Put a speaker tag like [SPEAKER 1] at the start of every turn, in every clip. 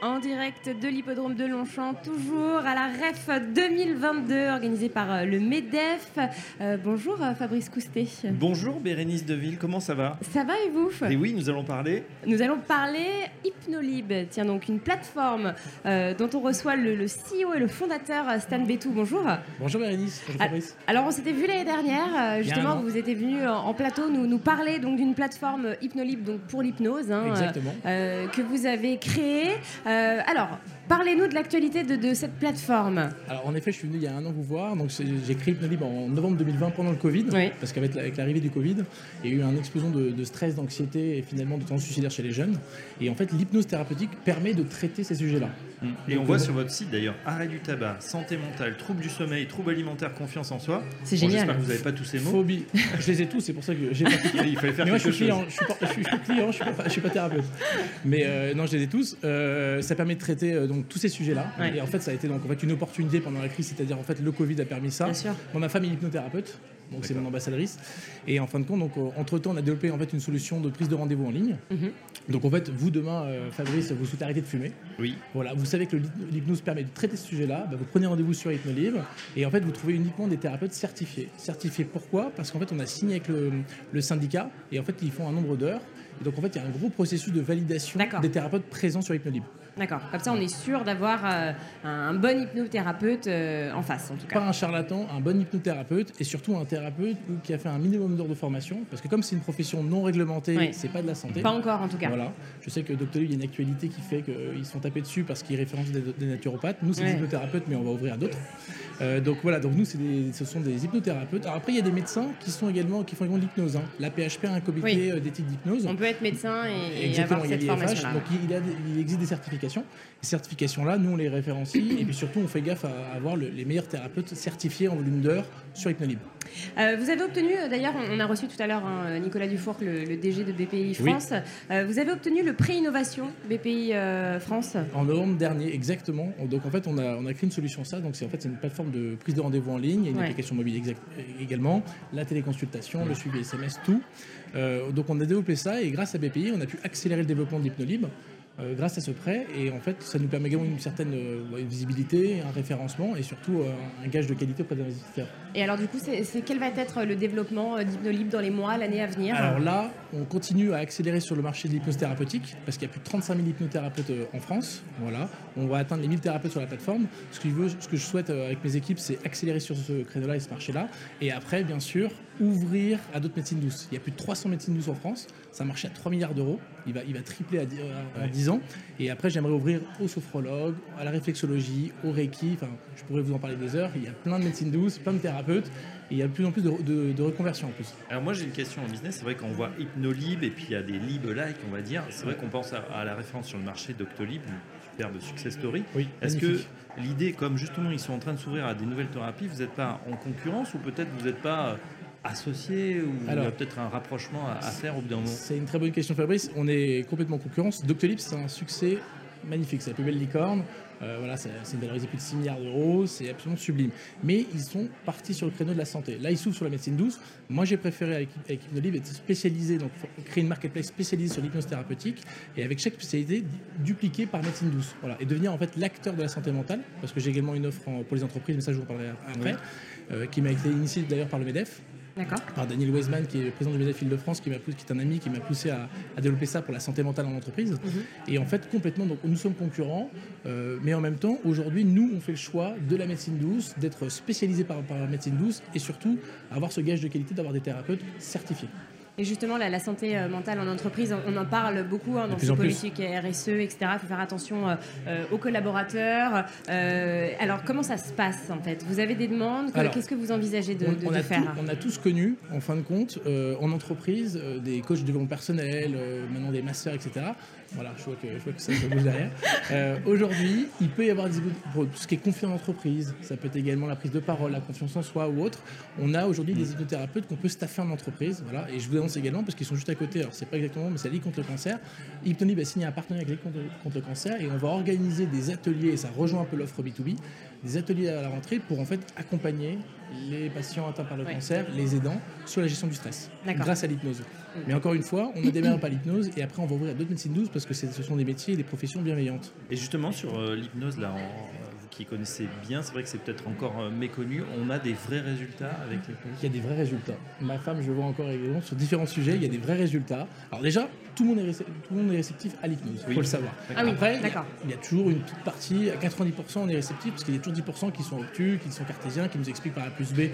[SPEAKER 1] En direct de l'hippodrome de Longchamp, toujours à la REF 2022, organisée par euh, le MEDEF. Euh, bonjour Fabrice Coustet.
[SPEAKER 2] Bonjour Bérénice Deville, comment ça va
[SPEAKER 1] Ça va et vous
[SPEAKER 2] Et oui, nous allons parler.
[SPEAKER 1] Nous allons parler Hypnolib, tiens donc une plateforme euh, dont on reçoit le, le, CEO et le fondateur euh, Stan Betou. Bonjour.
[SPEAKER 3] Bonjour Bérénice. Bonjour Fabrice.
[SPEAKER 1] Alors on s'était vu l'année dernière, euh, justement vous étiez venu en plateau nous, nous parler donc d'une plateforme Hypnolib donc pour l'hypnose hein, euh, que vous avez créée. Euh, alors, parlez-nous de l'actualité de, de, cette plateforme.
[SPEAKER 3] Alors, en effet, je suis venu il y a un an vous voir. Donc, j'ai créé Hypnolib en novembre 2020 pendant le Covid, oui. parce qu'avec l'arrivée du Covid, il y a eu un explosion de, de stress, d'anxiété et finalement de tendances suicidaires chez les jeunes. Et en fait, l'hypnose thérapeutique permet de traiter ces sujets-là.
[SPEAKER 2] Et donc, on voit donc, sur votre site d'ailleurs arrêt du tabac, santé mentale, troubles du sommeil, troubles alimentaires, confiance en soi.
[SPEAKER 1] C'est bon, génial.
[SPEAKER 2] J'espère que vous n'avez pas tous ces mots.
[SPEAKER 3] Phobie. je les ai tous, c'est pour ça que j'ai pas.
[SPEAKER 2] il fallait faire
[SPEAKER 3] Mais moi,
[SPEAKER 2] quelque
[SPEAKER 3] je suis client, chose. Je suis, je suis client, je suis, pas, je suis pas thérapeute. Mais euh, non, je les ai tous. Euh, ça permet de traiter euh, donc tous ces sujets-là. Ouais. Et en fait, ça a été donc en fait une opportunité pendant la crise, c'est-à-dire en fait le Covid a permis ça.
[SPEAKER 1] Bien sûr.
[SPEAKER 3] Bon, ma femme est hypnothérapeute donc c'est mon ambassadrice. Et en fin de compte, donc entre temps, on a développé en fait une solution de prise de rendez-vous en ligne. Mm -hmm. Donc en fait, vous demain, euh, Fabrice, vous souhaitez arrêter de fumer.
[SPEAKER 2] Oui.
[SPEAKER 3] Voilà, vous savez que l'hypnose permet de traiter ce sujet-là. Bah, vous prenez rendez-vous sur Hypnolib et en fait, vous trouvez uniquement des thérapeutes certifiés. Certifiés pourquoi Parce qu'en fait, on a signé avec le, le syndicat et en fait, ils font un nombre d'heures. Et donc en fait, il y a un gros processus de validation des thérapeutes présents sur Hypnolib.
[SPEAKER 1] D'accord. Comme ça, on est sûr d'avoir euh, un, un bon hypnothérapeute euh, en face, en tout cas.
[SPEAKER 3] Pas un charlatan, un bon hypnothérapeute et surtout un thérapeute qui a fait un minimum d'heures de formation. Parce que comme c'est une profession non réglementée, oui. c'est pas de la santé.
[SPEAKER 1] Pas encore, en tout cas.
[SPEAKER 3] Voilà. Je sais que Doctolib, il y a une actualité qui fait qu'ils sont tapés dessus parce qu'ils référencent des, des, naturopathes. Nous, c'est ouais. des hypnothérapeutes, mais on va ouvrir à d'autres. Euh, donc voilà. Donc nous, des, ce sont des hypnothérapeutes. Alors après, il y a des médecins qui sont également qui font également de l'hypnose. Hein. La PHP a un comité oui. d'éthique euh, d'hypnose.
[SPEAKER 1] On peut être médecin et, Exactement, avoir cette formation.
[SPEAKER 3] Donc il, y a, il existe des certifications ces certifications-là, nous, on les référencie et puis surtout, on fait gaffe à avoir le, les meilleurs thérapeutes certifiés en volume d'heures sur Hypnolib.
[SPEAKER 1] Euh, vous avez obtenu, d'ailleurs, on a reçu tout à l'heure hein, Nicolas Dufour, le, le, DG de BPI France. Oui. Euh, vous avez obtenu le prix innovation BPI euh, France
[SPEAKER 3] En novembre dernier, exactement. Donc en fait, on a, on a créé une solution ça. Donc c'est en fait une plateforme de prise de rendez-vous en ligne, et une ouais. application mobile exact, euh, également, la téléconsultation, ouais. le suivi SMS, tout. Euh, donc on a développé ça et grâce à BPI, on a pu accélérer le développement de l'Hypnolib. Euh, grâce à ce prêt. Et en fait, ça nous permet également une certaine euh, visibilité, un référencement et surtout euh, un gage de qualité auprès des investisseurs.
[SPEAKER 1] Et alors, du coup, c'est quel va être le développement euh, d'Hypnolib dans les mois, l'année à venir
[SPEAKER 3] Alors là, on continue à accélérer sur le marché de l'hypnose thérapeutique parce qu'il y a plus de 35 000 hypnothérapeutes euh, en France. Voilà, on va atteindre les 1000 thérapeutes sur la plateforme. Ce que je, veux, ce que je souhaite euh, avec mes équipes, c'est accélérer sur ce créneau-là et ce marché-là. Et après, bien sûr, ouvrir à d'autres médecines douces. Il y a plus de 300 médecines douces en France. C'est un marché à 3 milliards d'euros. Il va, il va tripler à, euh, à, à ouais. 10 Ans. Et après, j'aimerais ouvrir aux sophrologues, à la réflexologie, au Reiki. Enfin, je pourrais vous en parler des heures. Il y a plein de médecines douces, plein de thérapeutes. Et il y a de plus en plus de, de, de reconversions en plus.
[SPEAKER 2] Alors moi j'ai une question en business, c'est vrai qu'on voit Hypnolib et puis il y a des Lib-like on va dire. C'est vrai qu'on pense à, à, la référence sur le marché Doctolib, une superbe success story.
[SPEAKER 3] Oui,
[SPEAKER 2] Est-ce que l'idée, comme justement ils sont en train de s'ouvrir à des nouvelles thérapies, vous n'êtes pas en concurrence ou peut-être vous n'êtes pas euh, associés ou Alors, il y a peut-être un rapprochement à, à faire au bout d'un moment
[SPEAKER 3] C'est une très bonne question Fabrice, on est complètement en concurrence. Doctolib c'est un succès magnifique, c'est la plus belle licorne. Euh, voilà, c'est valorisé plus de 6 milliards d'euros, c'est absolument sublime. Mais ils sont partis sur le créneau de la santé. Là, ils s'ouvrent sur la médecine douce. Moi, j'ai préféré avec, avec Hypnolib être spécialisé, donc créer une marketplace spécialisée sur l'hypnose thérapeutique et avec chaque spécialité dupliquée par médecine douce. Voilà, et devenir en fait l'acteur de la santé mentale, parce que j'ai également une offre en, pour les entreprises, mais ça, je vous en parlerai après, oui. euh, qui m'a été initiée d'ailleurs par le MEDEF. Par Daniel Weisman, qui est président du MEDEF Île de France, qui, poussé, qui est un ami qui m'a poussé à, à, développer ça pour la santé mentale en entreprise. Mm -hmm. Et en fait, complètement, donc nous sommes concurrents, euh, mais en même temps, aujourd'hui, nous, on fait le choix de la médecine douce, d'être spécialisé par, par la médecine douce et surtout avoir ce gage de qualité d'avoir des thérapeutes certifiés.
[SPEAKER 1] Et justement, la, la santé euh, mentale en entreprise, on, on en parle beaucoup hein, dans ces politiques RSE, etc. Il faut faire attention euh, aux collaborateurs. Euh, alors, comment ça se passe en fait Vous avez des demandes Qu'est-ce que vous envisagez de, de,
[SPEAKER 3] on, on
[SPEAKER 1] de faire
[SPEAKER 3] tout, On a tous connu, en fin de compte, euh, en entreprise, euh, des coachs de développement personnel, euh, maintenant des masters, etc. Voilà, je vois que, je vois que ça se bouge derrière. Euh, Aujourd'hui, il peut y avoir des pour tout ce qui est confiance en entreprise. Ça peut être également la
[SPEAKER 1] Mm.
[SPEAKER 3] prise de parole, la confiance en soi ou autre. On a aujourd'hui mmh. des hypnothérapeutes qu'on peut staffer en entreprise. Voilà, et je vous Valence également, parce qu'ils sont juste à côté. Alors, c'est pas exactement, mais c'est la Ligue contre le cancer. Hypnolib a signé un partenariat avec la Ligue contre, le cancer et on va organiser des ateliers, et ça rejoint un peu l'offre B2B, des ateliers à la rentrée pour en fait accompagner les patients atteints par le
[SPEAKER 1] Ouais.
[SPEAKER 3] cancer, les aidants, sur la gestion du stress,
[SPEAKER 1] D'accord. Mm.
[SPEAKER 3] grâce à l'hypnose. Mais encore une fois, on ne démarre par l'hypnose et après on va ouvrir à d'autres médecines douces parce que c'est- ce sont des métiers et des professions bienveillantes.
[SPEAKER 2] Et justement, sur euh, l'hypnose, là, en- vous qui connaissez bien, c'est vrai que c'est peut-être encore euh, méconnu, on a des vrais résultats avec l'hypnose.
[SPEAKER 3] Il y a des vrais résultats. Ma femme, je vois encore également sur différents sujets, il y a des vrais résultats. Alors déjà, tout le monde est, réce- tout le monde est réceptif à l'hypnose, il
[SPEAKER 2] Oui.
[SPEAKER 3] faut le savoir.
[SPEAKER 1] Ah oui,
[SPEAKER 3] Après, il y a-
[SPEAKER 1] d'accord.
[SPEAKER 3] il y, a toujours une petite partie, à 90% on est réceptif, parce qu'il y a toujours 10% qui sont obtus, qui sont cartésiens, qui nous expliquent par A plus B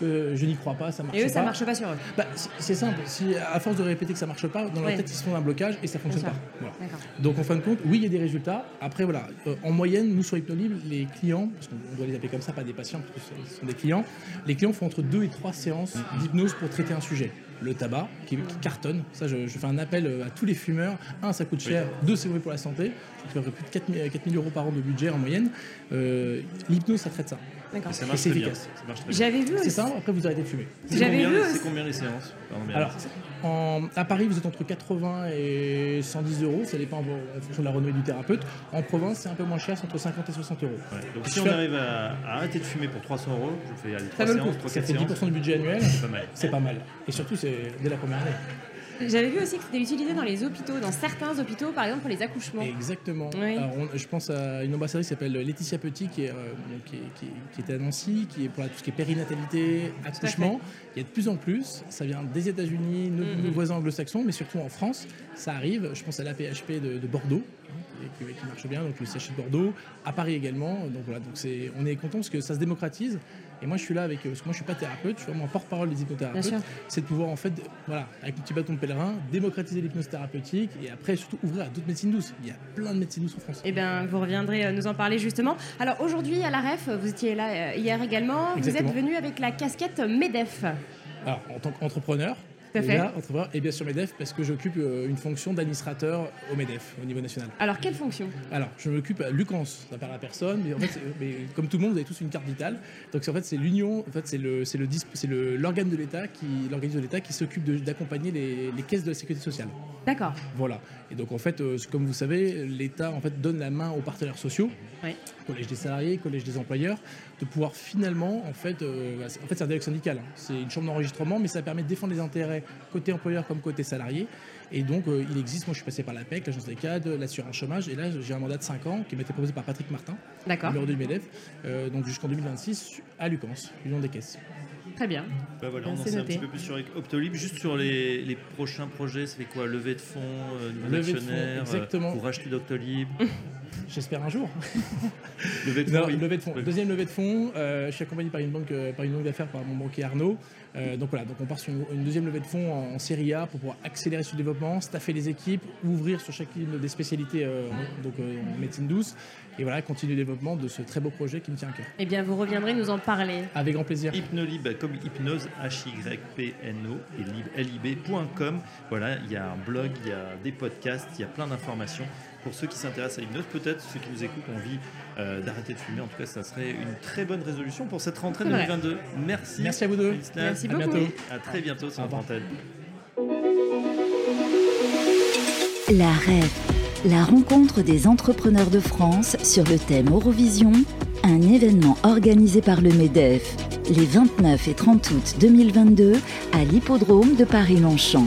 [SPEAKER 3] que je n'y crois pas, ça marche
[SPEAKER 1] Et eux,
[SPEAKER 3] pas.
[SPEAKER 1] ça marche pas sur eux.
[SPEAKER 3] Bah, c'est- C'est simple, si à force de répéter que ça marche pas, dans leur
[SPEAKER 1] Ouais.
[SPEAKER 3] tête ils se font un blocage et ça fonctionne
[SPEAKER 1] ça.
[SPEAKER 3] pas. Voilà.
[SPEAKER 1] D'accord.
[SPEAKER 3] Donc en fin de compte, oui, il y a des résultats. Après, voilà, euh, en moyenne, nous sur Hypnolib, les clients, parce qu'on doit les appeler comme ça, pas des patients, parce que ce sont des clients, les clients font entre deux et trois séances d'hypnose pour traiter un sujet. Le tabac, qui, qui cartonne, ça je, je fais un appel euh, à tous les fumeurs. Un, ça coûte cher, deux, c'est mauvais pour la santé. Je ferai plus de 4 000, 4 000 euros par an de budget en moyenne. Euh, L'hypnose, ça traite ça.
[SPEAKER 1] D'accord.
[SPEAKER 2] Ça
[SPEAKER 3] Et
[SPEAKER 2] marche
[SPEAKER 3] c'est
[SPEAKER 2] très bien.
[SPEAKER 3] efficace.
[SPEAKER 2] Ça marche très bien.
[SPEAKER 1] J'avais vu
[SPEAKER 3] C'est
[SPEAKER 1] aussi.
[SPEAKER 3] ça, après vous arrêtez de fumer.
[SPEAKER 2] C'est
[SPEAKER 1] J'avais
[SPEAKER 2] combien-
[SPEAKER 1] vu
[SPEAKER 2] C'est
[SPEAKER 1] aussi-
[SPEAKER 2] combien les séances Pardon, mais-
[SPEAKER 3] Alors, en- à Paris, vous êtes entre 80 et 110 euros, ça dépend en en fonction de la renommée du thérapeute. En province, c'est un peu moins cher, c'est entre 50 et 60 euros.
[SPEAKER 2] Ouais. Donc
[SPEAKER 3] Je
[SPEAKER 2] si on
[SPEAKER 3] fais-
[SPEAKER 2] arrive à, à arrêter de fumer pour 300 euros, je fais aller 3
[SPEAKER 1] vaut le
[SPEAKER 2] séances,
[SPEAKER 1] coup.
[SPEAKER 2] 3
[SPEAKER 3] Ça
[SPEAKER 2] 4
[SPEAKER 3] fait
[SPEAKER 2] séances,
[SPEAKER 3] 10% du budget annuel,
[SPEAKER 2] c'est pas mal.
[SPEAKER 3] c'est pas mal. Et surtout, c'est dès la première année.
[SPEAKER 1] J'avais vu aussi que c'était utilisé dans les hôpitaux, dans certains hôpitaux, par exemple pour les accouchements.
[SPEAKER 3] Exactement.
[SPEAKER 1] Oui.
[SPEAKER 3] Alors, on- je pense à une ambassadrice qui s'appelle Laetitia Petit, qui, est, euh, donc, qui, est- qui est- qui était à Nancy, qui est pour la- tout ce qui est périnatalité, accouchement. Il y a de plus en plus, ça vient des États-Unis, nos,
[SPEAKER 1] Mhm.
[SPEAKER 3] nos voisins anglo-saxons, mais surtout en France, ça arrive. Je pense à l'APHP de, de Bordeaux, hein, qui, qui marche bien, donc le sachet de Bordeaux, à Paris également. Donc voilà, donc c'est- on est content parce que ça se démocratise. Et moi, je suis là avec, euh, parce que moi, je suis pas thérapeute, je suis vraiment un porte-parole des hypnothérapeutes.
[SPEAKER 1] Bien sûr.
[SPEAKER 3] C'est de pouvoir, en fait, voilà, avec le petit bâton de pèlerin, démocratiser l'hypnose thérapeutique et après, surtout, ouvrir à d'autres médecines douces. Il y a plein de médecines douces en France.
[SPEAKER 1] Eh bien, vous reviendrez euh, nous en parler justement. Alors aujourd'hui, à la REF, vous étiez là euh, hier également.
[SPEAKER 3] Exactement.
[SPEAKER 1] Vous êtes venu avec la casquette MEDEF.
[SPEAKER 3] Alors, en tant qu'entrepreneur,
[SPEAKER 1] Tout à fait.
[SPEAKER 3] déjà, entrepreneur, et bien sûr MEDEF, parce que j'occupe euh, une fonction d'administrateur au MEDEF, au niveau national.
[SPEAKER 1] Alors, quelle fonction
[SPEAKER 3] Alors, je m'occupe euh, à Lucans, ça parle à personne, mais en fait, c'est- mais comme tout le monde, vous avez tous une carte vitale. Donc, c'est- en fait, c'est l'union, en fait, c'est le, c'est le, disp- c'est le- l'organe de l'État qui, l'organisme de l'État qui s'occupe de- d'accompagner les, les caisses de la sécurité sociale.
[SPEAKER 1] D'accord.
[SPEAKER 3] Voilà. Et donc, en fait, euh, comme vous savez, l'État, en fait, donne la main aux partenaires sociaux
[SPEAKER 1] Oui.
[SPEAKER 3] collège des salariés, collège des employeurs, de pouvoir finalement, en fait, euh, bah, c'est- en fait c'est un dialogue syndical, hein. c'est une chambre d'enregistrement, mais ça permet de défendre les intérêts côté employeur comme côté salarié. Et donc, euh, il existe, moi je suis passé par l'APEC, l'agence des cadres, l'assurance chômage, et là j'ai un mandat de 5 ans qui m'a été proposé par Patrick Martin,
[SPEAKER 1] D'accord.
[SPEAKER 3] numéro 2 du MEDEF, euh, donc jusqu'en 2026 à Lucans, l'Union des caisses.
[SPEAKER 1] Très bien.
[SPEAKER 2] Bah voilà,
[SPEAKER 1] Bien,
[SPEAKER 2] on en
[SPEAKER 1] c'est
[SPEAKER 2] sait un
[SPEAKER 1] noté.
[SPEAKER 2] petit peu plus sur Optolib. Juste sur les, les prochains projets, c'est quoi Levée de fonds, euh, nouveaux
[SPEAKER 3] Levée de fonds,
[SPEAKER 2] actionnaires, euh,
[SPEAKER 3] exactement.
[SPEAKER 2] pour acheter d'Octolib,
[SPEAKER 3] J'espère un jour.
[SPEAKER 2] levée de fonds,
[SPEAKER 3] Non,
[SPEAKER 2] oui.
[SPEAKER 3] levée de fonds.
[SPEAKER 2] Oui.
[SPEAKER 3] Deuxième levée de fonds. euh, je suis accompagné par une banque, euh, par une banque d'affaires, par mon banquier Arnaud. Euh, donc voilà, donc on part sur une, une deuxième levée de fonds en, en série A pour pouvoir accélérer ce développement, staffer les équipes, ouvrir sur chacune des spécialités euh, en- donc euh, en médecine douce et voilà, continuer le développement de ce très beau projet qui me tient à cœur.
[SPEAKER 1] Eh bien, vous reviendrez nous en parler.
[SPEAKER 3] Avec grand plaisir.
[SPEAKER 2] Hypnolib comme hypnose, H-Y-P-N-O et lib- lib.com. Voilà, il y a un blog, il y a des podcasts, il y a plein d'informations. Pour ceux qui s'intéressent à l'hypnose, peut-être ceux qui nous écoutent ont envie euh, d'arrêter de fumer. En tout cas, ça serait une très bonne résolution pour cette rentrée
[SPEAKER 1] C'est vrai.
[SPEAKER 2] 2022. Merci.
[SPEAKER 3] Merci à vous deux.
[SPEAKER 2] Félicitations.
[SPEAKER 1] Merci
[SPEAKER 3] À
[SPEAKER 1] beaucoup.
[SPEAKER 3] bientôt.
[SPEAKER 2] À très bientôt sur
[SPEAKER 3] Au revoir.
[SPEAKER 2] Antenne.
[SPEAKER 4] La REV, la rencontre des entrepreneurs de France sur le thème Eurovision, un événement organisé par le MEDEF les 29 et 30 août 2022 à l'hippodrome de Paris-Longchamp.